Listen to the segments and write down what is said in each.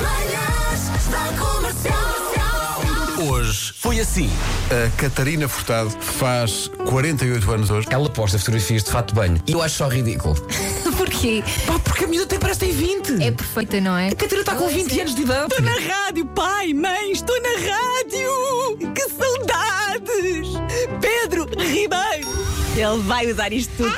Manhãs da Comercial. Hoje foi assim. A Catarina Furtado faz 48 anos hoje. Ela posta fotografias de fato de banho. E eu acho só ridículo. Porquê? Pá, porque a menina tem, parece que tem 20. É perfeita, não é? A Catarina está tá com 20 anos de idade. Estou na rádio, pai, mãe, estou na rádio! Que saudades! Pedro Ribeiro! Ele vai usar isto tudo.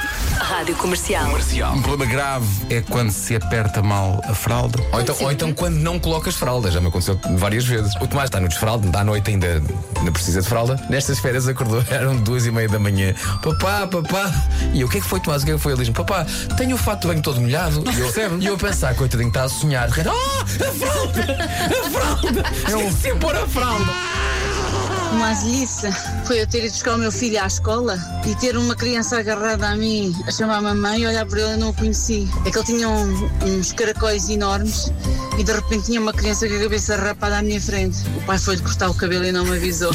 Um problema grave é quando se aperta mal a fralda. Ou então, ou então quando não colocas fralda. Já me aconteceu várias vezes. O Tomás está no desfraldo, à noite ainda não precisa de fralda. Nestas férias acordou, eram duas e meia da manhã. Papá, papá. E eu, o que é que foi, Tomás? O que é que foi? Ele diz-me, papá, tenho o fato de banho todo molhado. E eu, e eu a pensar, coitadinho, está a sonhar. De repente, ah, a fralda! A fralda! É um Esqueci de pôr a fralda! Uma liça foi eu ter ido buscar o meu filho à escola e ter uma criança agarrada a mim a chamar mamãe e olhar para ele eu não o conheci. É que ele tinha um- uns caracóis enormes e de repente tinha uma criança com a cabeça rapada à minha frente. O pai foi-lhe cortar o cabelo e não me avisou.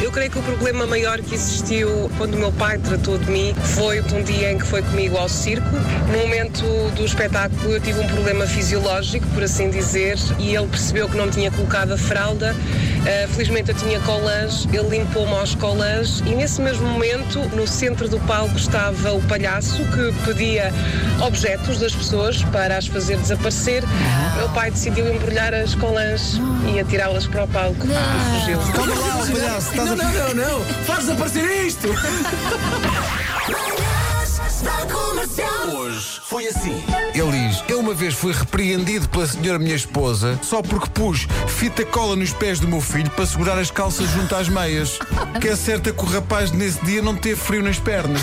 Eu creio que o problema maior que existiu quando o meu pai tratou de mim foi de um dia em que foi comigo ao circo. No momento do espetáculo eu tive um problema fisiológico, por assim dizer, e ele percebeu que não tinha colocado a fralda. Ah, felizmente eu tinha colãs, ele limpou-me aos colãs e nesse mesmo momento, no centro do palco, estava o palhaço que pedia objetos das pessoas para as fazer desaparecer. Meu pai decidiu embrulhar as colãs e atirá-las para o palco e fugiu. Não, não, não, não. Faz desaparecer isto! Manhãs da Comercial. Hoje foi assim. Ele diz: Eu uma vez fui repreendido pela senhora minha esposa só porque pus fita cola nos pés do meu filho para segurar as calças junto às meias. Que é certa que o rapaz nesse dia não teve frio nas pernas.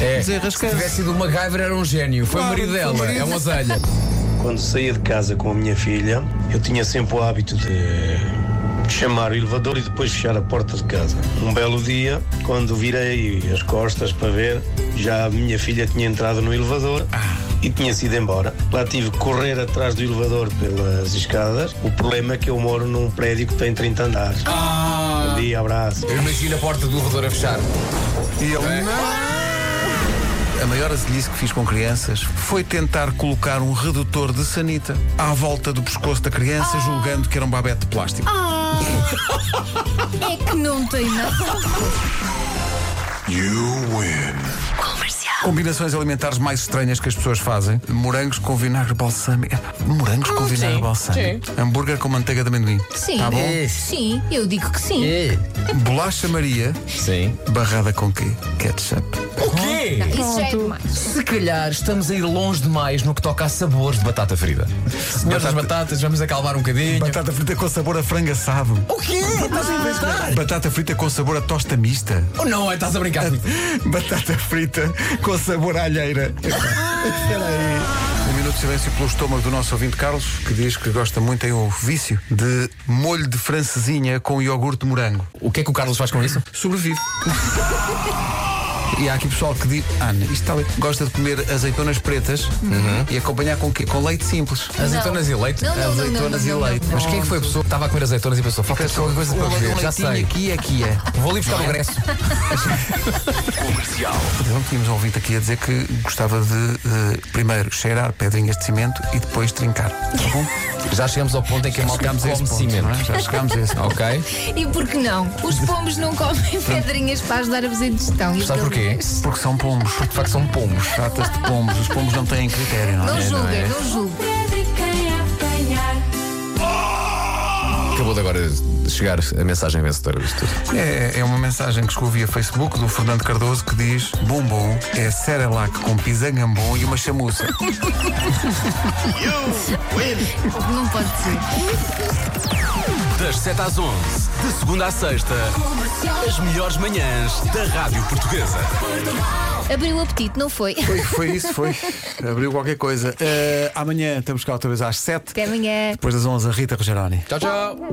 É, se Dizer, rasquei-se. tivesse sido uma MacGyver era um gênio. Foi Claro, o marido foi o dela, marido. é uma zelha. Quando saía de casa com a minha filha, eu tinha sempre o hábito de chamar o elevador e depois fechar a porta de casa. Um belo dia, quando virei as costas para ver, já a minha filha tinha entrado no elevador e tinha sido embora. Lá tive que correr atrás do elevador pelas escadas. O problema é que eu moro num prédio que tem 30 andares. Bom dia, abraço. Eu imagino a porta do elevador a fechar. Tá E ele: Não! A maior azelice que fiz com crianças foi tentar colocar um redutor de sanita à volta do pescoço da Ah. criança, julgando que era um babete de plástico. É que não tem nada. Combinações alimentares mais estranhas que as pessoas fazem. Morangos com vinagre balsâmico. Epá, Morangos com vinagre balsâmico. Hambúrguer com manteiga de amendoim. Hum, Sim. É. Tá bom? É. Sim, eu digo que sim. Bolacha Maria, Sim. barrada com quê? Ketchup. O quê? Isso já é demais. Se calhar estamos a ir longe demais no que toca a sabores de batata frita. Senhoras das batatas, vamos acalmar um bocadinho. Batata frita com sabor a frango assado. O quê? Estás a inventar? Batata frita com sabor a tosta mista. Oh, não, é, estás a brincar comigo. Batata frita com sabor à alheira. Espera aí. Um minuto de silêncio pelo estômago do nosso ouvinte Carlos, que diz que gosta muito, tem o vício, de molho de francesinha com iogurte de morango. O que é que o Carlos faz com isso? sobrevive. E há aqui pessoal que diz, Ana, isto está ali, gosta de comer azeitonas pretas e acompanhar com quê? Com leite simples. Azeitonas e leite? Não, não, não, Azeitonas não, e não, não, leite. não. Mas quem é que foi a pessoa que estava a comer azeitonas e pensou, falta qualquer coisa para Um comer? Já leitinho sei. aqui é que é. Vou ali buscar o gresso. Então, tínhamos um ouvinte aqui a dizer que gostava de, eh, primeiro cheirar pedrinhas de cimento e depois trincar. Tá bom? Já chegamos ao ponto em que a malta Chegámos a come esse ponto, cimento. não é? Já chegámos a esse ponto. Ok? Hum. E por que não? Os pombos não comem pedrinhas para ajudar a fazer digestão. E Sabe porquê? aqueles- Porque são pombos. De facto são pombos. Trata-se de pombos. Os pombos não têm critério, não é? Não julguem, é? não julguem. Acabou de agora chegar a mensagem vencedora disto tudo. É, é uma mensagem que chegou via Facebook do Fernando Cardoso que diz: Bombom é Cerelac com pisangambom e uma chamuça. Não pode ser. Das 7 às 11, de segunda à sexta, as melhores manhãs da Rádio Portuguesa. Abriu o apetite, não foi? Foi, foi isso, foi. Abriu qualquer coisa. Eh, amanhã estamos cá outra vez às 7. Até amanhã. Depois das 11, a Rita Rogeroni. Tchau, tchau.